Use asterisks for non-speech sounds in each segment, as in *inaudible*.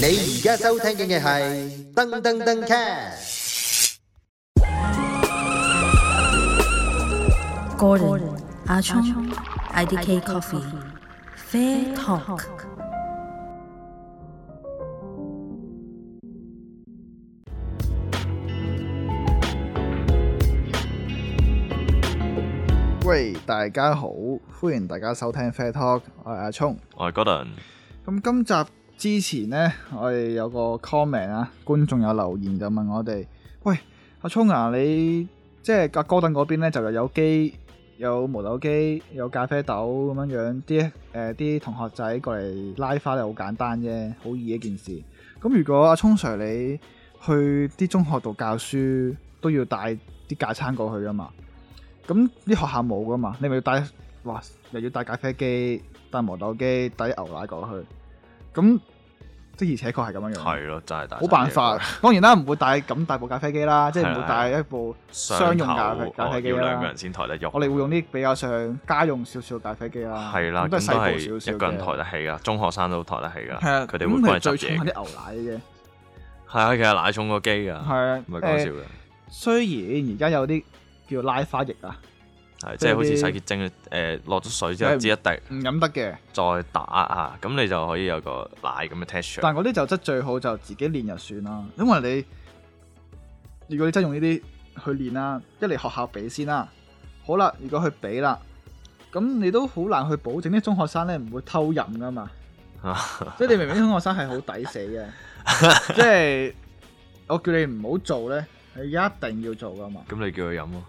你而家收聽嘅係噔噔噔 cast。 Gordon 阿聰 IDK Coffee Fair Talk。喂，大家好，歡迎大家收聽 Fair Talk，我係阿聰。我係 Gordon，咁今集之前呢，我哋有個 comment 啊，觀眾有留言就問我哋：喂，阿聰啊，你即係阿 Gordon 嗰邊咧就又有機、有磨豆機、有咖啡豆咁樣樣，啲誒啲同學仔過嚟拉花就好簡單啫，好易一件事。咁如果阿聰 Sir 你去啲中學度教書，都要帶啲架撐過去噶嘛？咁啲學校冇噶嘛？你咪要帶哇，又要帶咖啡機、帶磨豆機、帶啲牛奶過去。咁的而且確係咁樣樣，係咯，啊真係大冇辦法。 *laughs* 當然啦，唔會帶咁大部咖啡機啦，即係唔會帶一部商用咖啡咖啡機哦要兩個啦人。先抬得喐。我哋會用啲比較上家用少少嘅咖啡機啦，係啦，咁都係咁都細部少係少一個人抬嘅。得起噶，中學生都抬得起噶。係啊，佢哋咁會幫你其實執最重嘢係嘅。啲牛奶嘅啫。係啊，其實奶重過機噶，係啊，唔係講笑誒嘅。雖然而家有啲叫拉花液啊，係即即係係好似啲洗潔精誒落咗水之即後，係只一滴唔飲嗯得嘅，再打啊，咁你就可以有個奶咁嘅 texture。但係嗰啲就質最好就自己練就算啦，因為你如果你真係用呢啲去練啦，一嚟學校俾先啦，好啦，如果佢俾啦，咁你都好難去保證啲中學生咧唔會偷飲噶嘛，啊即係你明明啲中學生係好抵死嘅， *laughs* 即係我叫你唔好做咧，你一定要做噶嘛，咁你叫佢飲咯，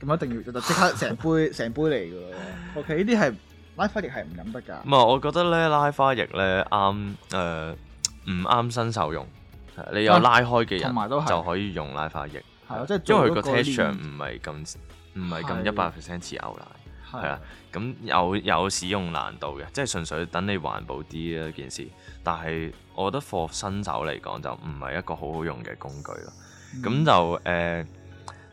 咁一定要就即刻成 *laughs* 杯成杯嚟噶咯，OK 呢啲係拉花亦係唔飲得㗎，咁啊，我覺得咧拉花液咧啱誒唔啱新手用，係你有啊拉開嘅同埋都人係就可以用拉花液，係啊咯，即係啊因做為佢個嗰個練 texture 唔係咁唔係係咁一百 percent 似牛奶。係係啊咁有有使用難度嘅，即係純粹等你環保啲啊件事。但係我覺得 for 新手嚟講就唔係一個好好用嘅工具咯。咁、嗯就誒，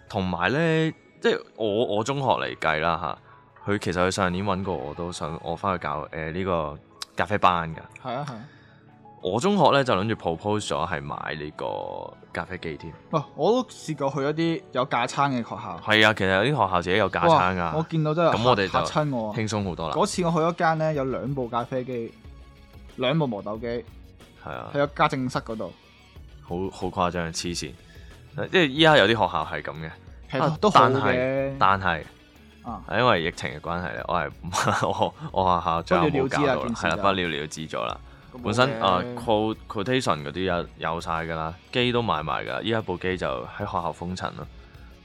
同埋咧，即係我我中學嚟計啦吓，佢其實佢上年揾過我都想我翻去教誒呢、個咖啡班㗎。係啊係啊。我中學咧就諗住 propose 咗係買呢個咖啡機添。哇！哦我都試過去一啲有架撐嘅學校，係啊，其實有啲學校自己有架撐啊哇我㗎，見到真係咁我哋就嚇親我啊。輕鬆好多啦。嗰次我去咗間咧，有兩部咖啡機，兩部磨豆機，係啊喺。個家政室嗰度，好好誇張，黐線！即係依家有啲學校係咁嘅，其啊實都好但係嘅。但係啊，因為疫情嘅關係咧，我係 *laughs* 我我學校最後冇搞不了了之啦啊到啦件，事係就啦，不了了之咗啦。咁本身啊好嘅 quote quotation 嗰啲有有曬㗎啦，機都買埋㗎啦，依家部機就喺學校封塵啦，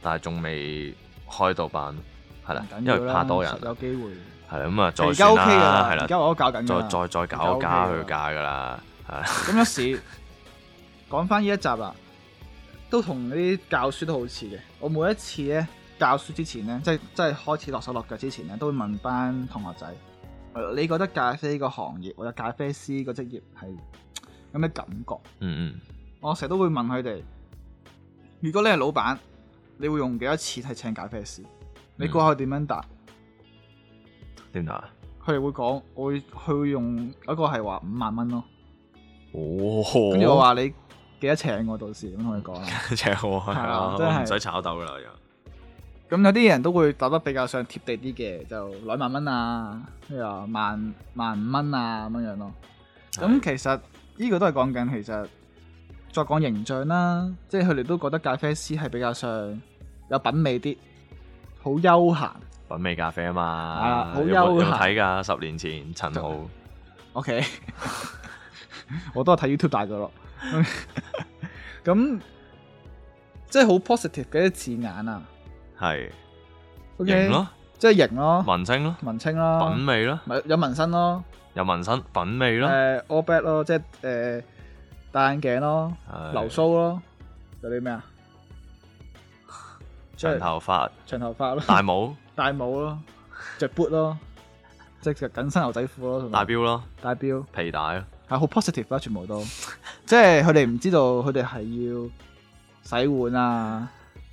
但係仲未開到班，係啦唔，緊啊因要為啦怕多人，實有機會。係啦，咁啊而再家算 OK 㗎啦，係啦，而啦，家我都教緊㗎再啦再再而家搞 OK 加㗎去加㗎啦，係啦咁一時講翻呢一集啦，都同啲教書都好似嘅。我每一次咧教書之前咧，即係即係開始落手落腳之前咧，都會問班同學仔：呃你覺得咖啡個行業或者咖啡師個職業係有咩感覺？嗯嗯。我成日都會問佢哋：如果你係老闆，你會用幾多錢係請咖啡師？你估下佢點樣答？點解？啊？佢哋會講：我會去用一個係話五萬蚊咯。哦，跟住我話你幾多請我到時咁同佢講啦。請我係係啊啊，真係我唔使炒豆噶啦又。咁有啲人都會打得比較上貼地啲嘅，就兩萬蚊啊，咩啊萬萬五蚊啊咁樣樣咯。咁其實呢個都係講緊其實再講形象啦，即係佢哋都覺得咖啡師係比較上有品味啲，好休閒。品味咖啡啊啊嘛，好有冇休閒有冇睇㗎？十年前陳豪 OK，我都係睇 YouTube 大個咯。咁即係好 positive 嘅一啲字眼啊。係 OK，啊型咯，即係型咯，文青咯，文青咯，品味咯，咪有紋身咯。有紋身，品味咯，誒 all black 咯，即係誒戴眼鏡咯，係留鬚咯，有啲咩 *laughs* 啊？即長係頭髮，長頭髮咯， *laughs* 大帽，戴帽咯，着 boot 咯，即係緊身牛仔褲咯，同大埋錶咯，戴錶皮帶咯，係好 positive 啊啦，全部都， *laughs* 即係佢哋唔知道佢哋係要洗碗啊、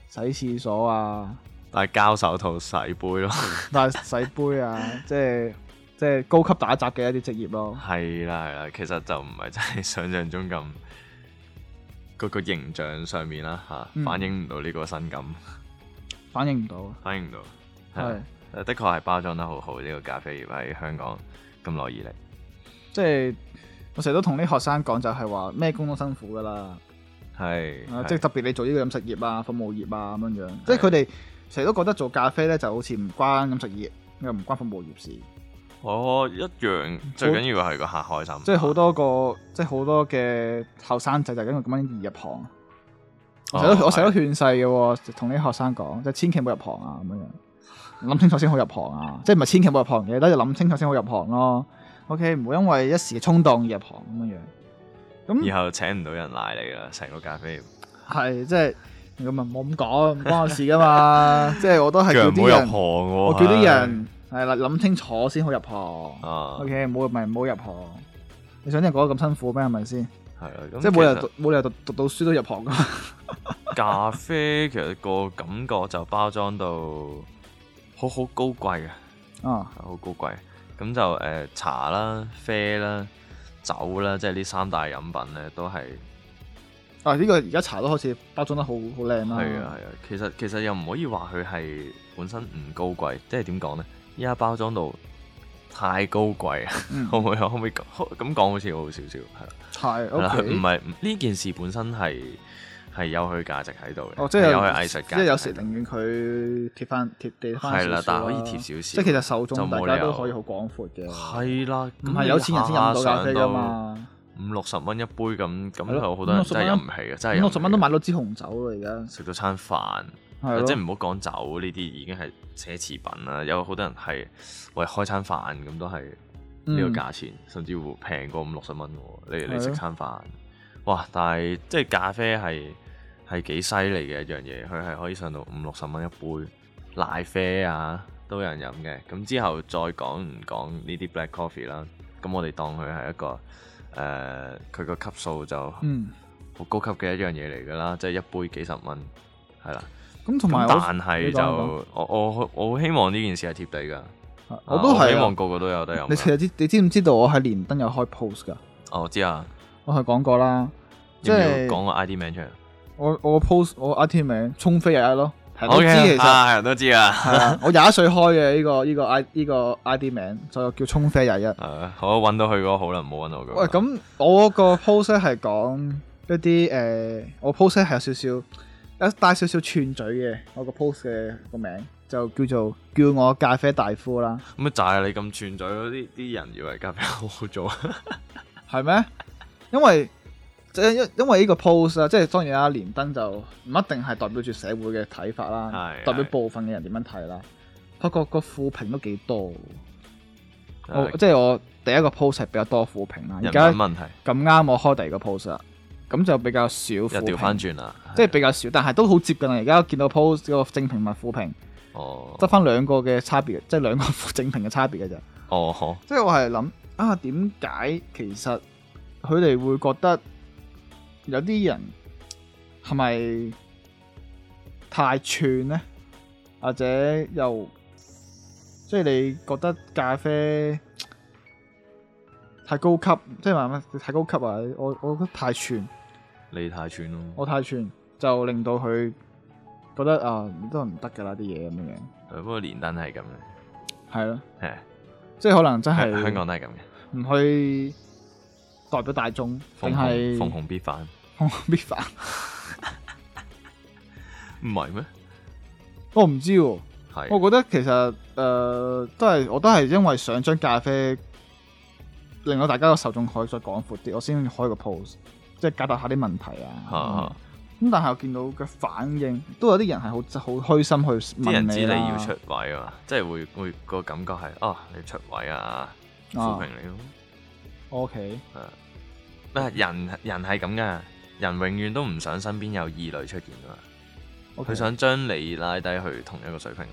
洗廁所啊、戴膠手套、洗杯咯， *laughs* 戴洗杯啊，即係即即係高級打雜嘅一啲職業咯。係啦係啦，其實就唔係真係想象中咁嗰個形象上面啦嚇，嗯反映唔到呢個新感，反應唔到，啊反映唔到。係係啊誒的確係包裝得好好呢個咖啡業喺香港咁耐以嚟，即係我成日都同啲學生講就係話咩工都辛苦㗎啦。係啊係即係特別你做呢個飲食業啊、服務業啊咁樣樣，即係佢哋成日都覺得做咖啡咧就好似唔關飲食業又唔關服務業事，哦一樣，最緊要係個客開心，即係好多個即係好多嘅後生仔就因為咁樣而入行。我成日都哦我成日都勸世嘅喎，同啲學生講，即係千祈唔好入行啊咁樣樣，諗清楚先好入行啊，即係唔係千祈唔好入行嘅，都係諗清楚先好入行咯。OK，唔好因為一時嘅衝動而入行咁樣樣。咁以後請唔到人賴你啦，成個咖啡業係即係咁啊，冇咁講，唔關我事噶 *laughs* 嘛。即係我都係叫叫人唔啲好入人行。喎，我叫啲人係啦，諗清楚先好入行。啊，係 OK，冇咪唔好入行。你想啲人講得咁辛苦咩？係咪先？啦，咁即係冇理由其實 *laughs* 讀冇理由讀讀到書都入行噶。咖啡其實個感覺就包裝到好好高貴嘅，啊，好高貴。咁就誒、呃茶啦、啡啦、酒啦，即係呢三大飲品咧，都係啊呢個而家茶都開始包裝得好好靚啦。係啊係啊。其實其實又唔可以話佢係本身唔高貴，即係點講咧？依家包裝到太高貴 *laughs* 啊！嗯，可唔可以可唔可以講可咁講好似好少少係啦係係啦，唔 OK。係唔呢件事本身係係有佢價值喺度嘅，哦，即係有佢藝術價值喺度，即係有時寧願佢貼翻貼地翻係啦少少但係可以貼少少即係其實受就眾大冇家理由都可以好廣闊嘅，係啦，唔咁係你有錢人先飲到下咖啡上到㗎嘛？五六十蚊一杯咁，咁係咯有好多人五六十真蚊係飲唔起嘅，真係五飲唔六起十嘅蚊都買到支紅酒啦，食到餐飯，而家啊即係咯，係唔好講酒呢啲已經係奢侈品啦。有好多人係喂開餐飯咁都係呢個嗯價錢，甚至乎平過五六十蚊喎。係你咯你食餐飯，哇！但係即係咖啡係係幾犀利嘅一樣嘢，佢係可以上到五六十蚊一杯奶啡啊，都有人飲嘅。咁之後再講唔講呢啲 black coffee 啦？咁我哋當佢係一個誒，佢個級數就嗯，好高級嘅一樣嘢嚟㗎啦，即係一杯幾十蚊，係啦。咁同埋咁我但係你講就你講我我我好希望呢件事係貼地㗎，我都啊係希啊望個個都有得你其飲實啦。知你知唔知道我喺連登有開 post 噶？哦我知啊，我係講過啦，即要唔要係講個 ID 名出嚟我我 post 我 I T 名沖飛廿一咯，係我知 OK，其實啊係人都知啊。 *laughs* 係啊，我廿一歲開嘅呢個呢個 I 呢個 I D 名，就叫沖飛廿一。誒好揾到佢嗰個好啦，唔好揾我嗰個。喂，咁我個 post 咧係講一啲誒，我 post 咧係有少呃少有帶少少串嘴嘅，我個 post 嘅個名就叫做叫我咖啡大夫啦，咁就係你咁串嘴咯，啲啲人以為咖啡好好做啊。係咩？因為即係因因為呢個 post 啊，即係當然啦，連登就唔一定係代表住社會嘅睇法啦，係代表係部分嘅人點樣睇啦。不過個負評都幾多， *laughs* 我誒即係我第一個 post 係比較多負評啦，而人家品咁問題啱我開第二個 post 啦，咁就比較少負又調評翻。轉啦，即係比較少，但係都好接近啦。而家見到 post 個正評物負評，哦得翻兩個嘅差別，即係兩個正評嘅差別嘅啫。哦好即係我係諗啊，點解其實佢哋會覺得有啲人係咪太串呢？或者又 *laughs* 即係你覺得咖啡太高級，即係話咩太高級啊？我我覺得太串。你太串咯。我太串就令到佢覺得啊都係唔得㗎啦啲嘢咁樣，誒不過連登係咁嘅係咯，，係即係可能真香香係港都係咁嘅。唔去代表大眾，定逢紅係逢紅必反，紅 *laughs* 必反，唔係咩？我唔知喎，我係覺得其實誒、呃都係我都係因為想將咖啡令到大家個受眾可以再廣闊啲，我先開個 post，即係解答下啲問題啊啊啊。咁但係我見到嘅反應，都有啲人係好好虛心去啲問人你啊知你啦要出位啊嘛，即係會會個感覺係啊，你出位啊，負評你咯。 O K，咩人人係咁噶，人永遠都唔想身邊有異類出現噶嘛，佢想將你拉低去同一個水平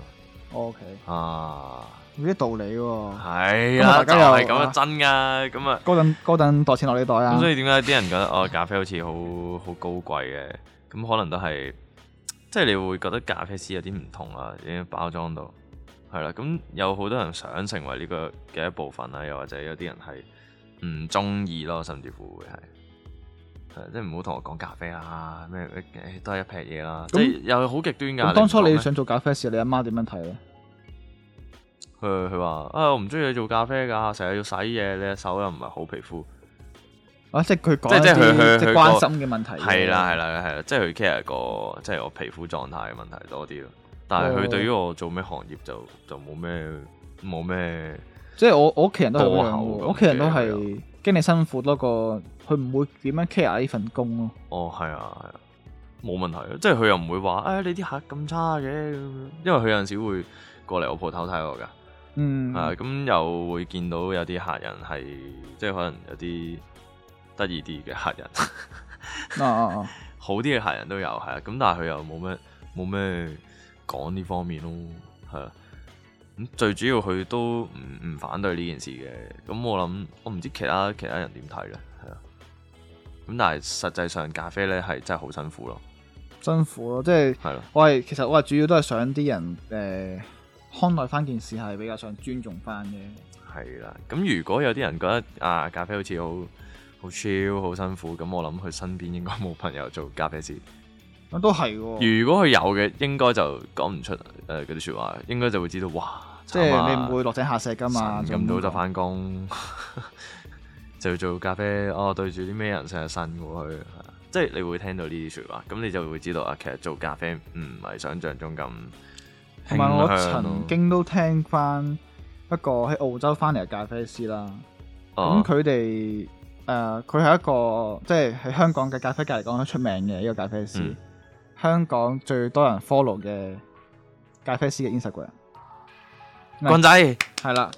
O K。啊。有啲道理喎、係咁啊，啊大就家又係咁啊，啊真噶，咁啊，嗰陣嗰陣袋錢落你袋啊咁！所以點解啲人覺得哦咖啡好似好好高貴嘅？咁可能都係，即係你會覺得咖啡師有啲唔同啊，已經包裝到係啦，咁有好多人想成為呢個嘅一部分啦，又或者有啲人係唔中意咯，甚至乎會係係即係唔好同我講咖啡啊，咩誒都係一劈嘢啦，咁即係又好極端㗎。咁當初唔覺你咩想做咖啡時，你阿媽點樣睇咧？佢佢話啊，我唔中意你做咖啡㗎，成日要洗嘢，你隻手又唔係好皮膚。啊，即係佢即講係一即係佢啲佢即係佢關個心嘅問題。係啦係啦係啦，即係佢 care 個即係我皮膚狀態嘅問題多啲咯。但係哦佢對於我做咩行業就就冇咩冇咩即係我我屋企人都係咁樣過後喎，咁我屋企人都嘅係經歷辛苦多過，佢唔會點樣 care 呢份工咯。哦係啊係啊，冇問題啊即係佢又唔會話誒、哎、你啲客咁差嘅咁樣，因為佢有陣時會過嚟我鋪頭睇我㗎。嗯，啊，咁又會見到有啲客人係即係可能有啲得意啲嘅客人，啊啊啊，好啲嘅客人都有係啊，咁但係佢又冇咩冇咩講呢方面咯，係啊。咁最主要佢都唔唔反對呢件事嘅，咁我諗我唔知其他其他人點睇咧，係啊。咁但係實際上咖啡咧係真係好辛苦咯，辛苦啊咯，即係係咯，我係其實我係主要都係想啲人誒、呃看待翻件事係比較想尊重翻嘅。係啦。咁如果有啲人覺得啊咖啡好似好好 chill 好辛苦，咁我諗佢身邊應該冇朋友做咖啡師。咁都係喎，如果佢有嘅，應該就講唔出誒嗰啲説話，應該就會知道哇，即慘係啊你唔會落井下石噶嘛。神咁早就翻工， *laughs* 就要做咖啡，哦對住啲咩人成日呻過去，係啊即係你會聽到呢啲説話，咁你就會知道啊，其實做咖啡唔係想像中咁同埋我輕香咯曾經都聽翻一個喺澳洲翻嚟嘅咖啡師啦，咁哦佢哋誒佢係一個即係喺香港嘅咖啡界嚟講都出名嘅一個咖啡師， *laughs* 嗯香港最多人 follow 嘅咖啡師嘅 Instagram 軍仔係啦，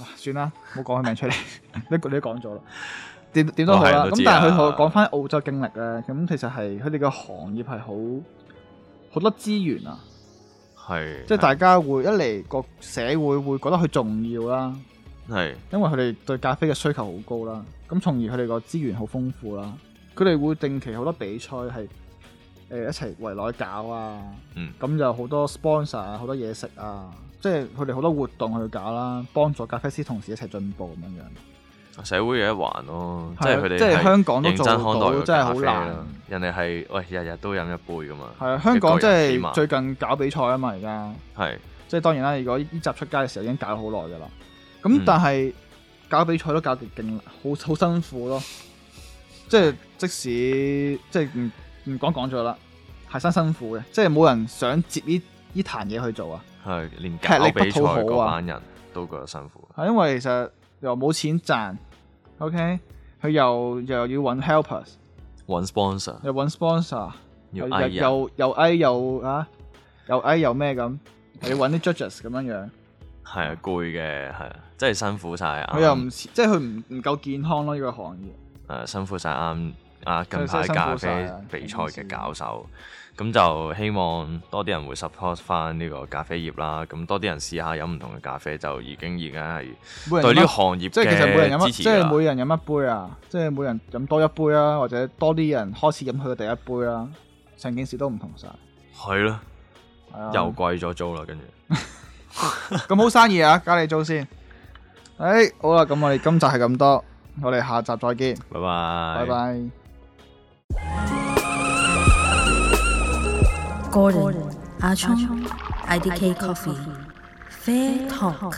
哇算啦，唔好講佢名出嚟， *laughs* 你你都講咗啦。點點都好我係啦，人都咁知但係佢啊同我講翻澳洲經歷咧，咁其實係佢哋嘅行業係好好多資源啊，係即係大家會一嚟個社會會覺得佢重要啦，係因為佢哋對咖啡嘅需求好高啦，咁從而佢哋個資源好豐富啦，佢哋會定期好多比賽係誒、呃一齊圍內搞啊，嗯咁有好多 sponsor 啊，好多嘢食啊，即係佢哋好多活動去搞啦，幫助咖啡師同事一齊進步咁樣樣。社會嘅一環咯，係啊即係佢哋即係係香港都認真做看待到個真係好咖啡難啦人哋係喂日日都飲一杯噶嘛，係啊，香港一即個人起碼係最近搞比賽啊嘛，而家係即係當然啦。如果呢集出街嘅時候已經搞咗好耐㗎啦。咁嗯但係搞比賽都搞極勁，好好辛苦咯。即係即使即係唔唔講講咗啦，係真辛苦嘅，即係冇人想接呢呢壇嘢去做啊。係連踢力搞不比賽討好嗰啊班人都覺得辛苦。係因為其實又冇錢賺，OK，佢又又要揾 helpers，揾 sponsor 又揾 sponsor。要又 I 人又又 A 又啊，又 A 又咩咁，又要揾啲 judges 咁樣樣，係啊攰嘅係啊，真係辛苦晒佢又啱唔似即係佢唔唔夠健康咯呢個行業，誒辛苦晒啱啊近真係排辛苦晒咖啡啊比賽嘅教授，咁就希望多啲人會 support 翻呢個咖啡業啦，咁多啲人試下飲唔同嘅咖啡，就已經已經係每人飲對呢個一行業即係其實每人飲嘅一支即持啊係啦。每人飲一杯啊，即係每人飲多一杯啊，或者多啲人開始飲佢嘅第一杯啦，成件事都唔同 *laughs* 晒，係咯，係啊又貴咗租啦，跟住咁好生意啊，加你租先。誒好啦，咁我哋今集係咁多，我哋下集再見，拜拜拜拜。 Gordon, Achong, IDK Coffee, Fair Talk.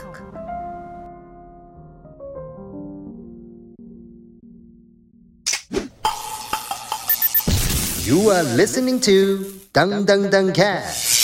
You are listening to Dung Dung Dung Cat.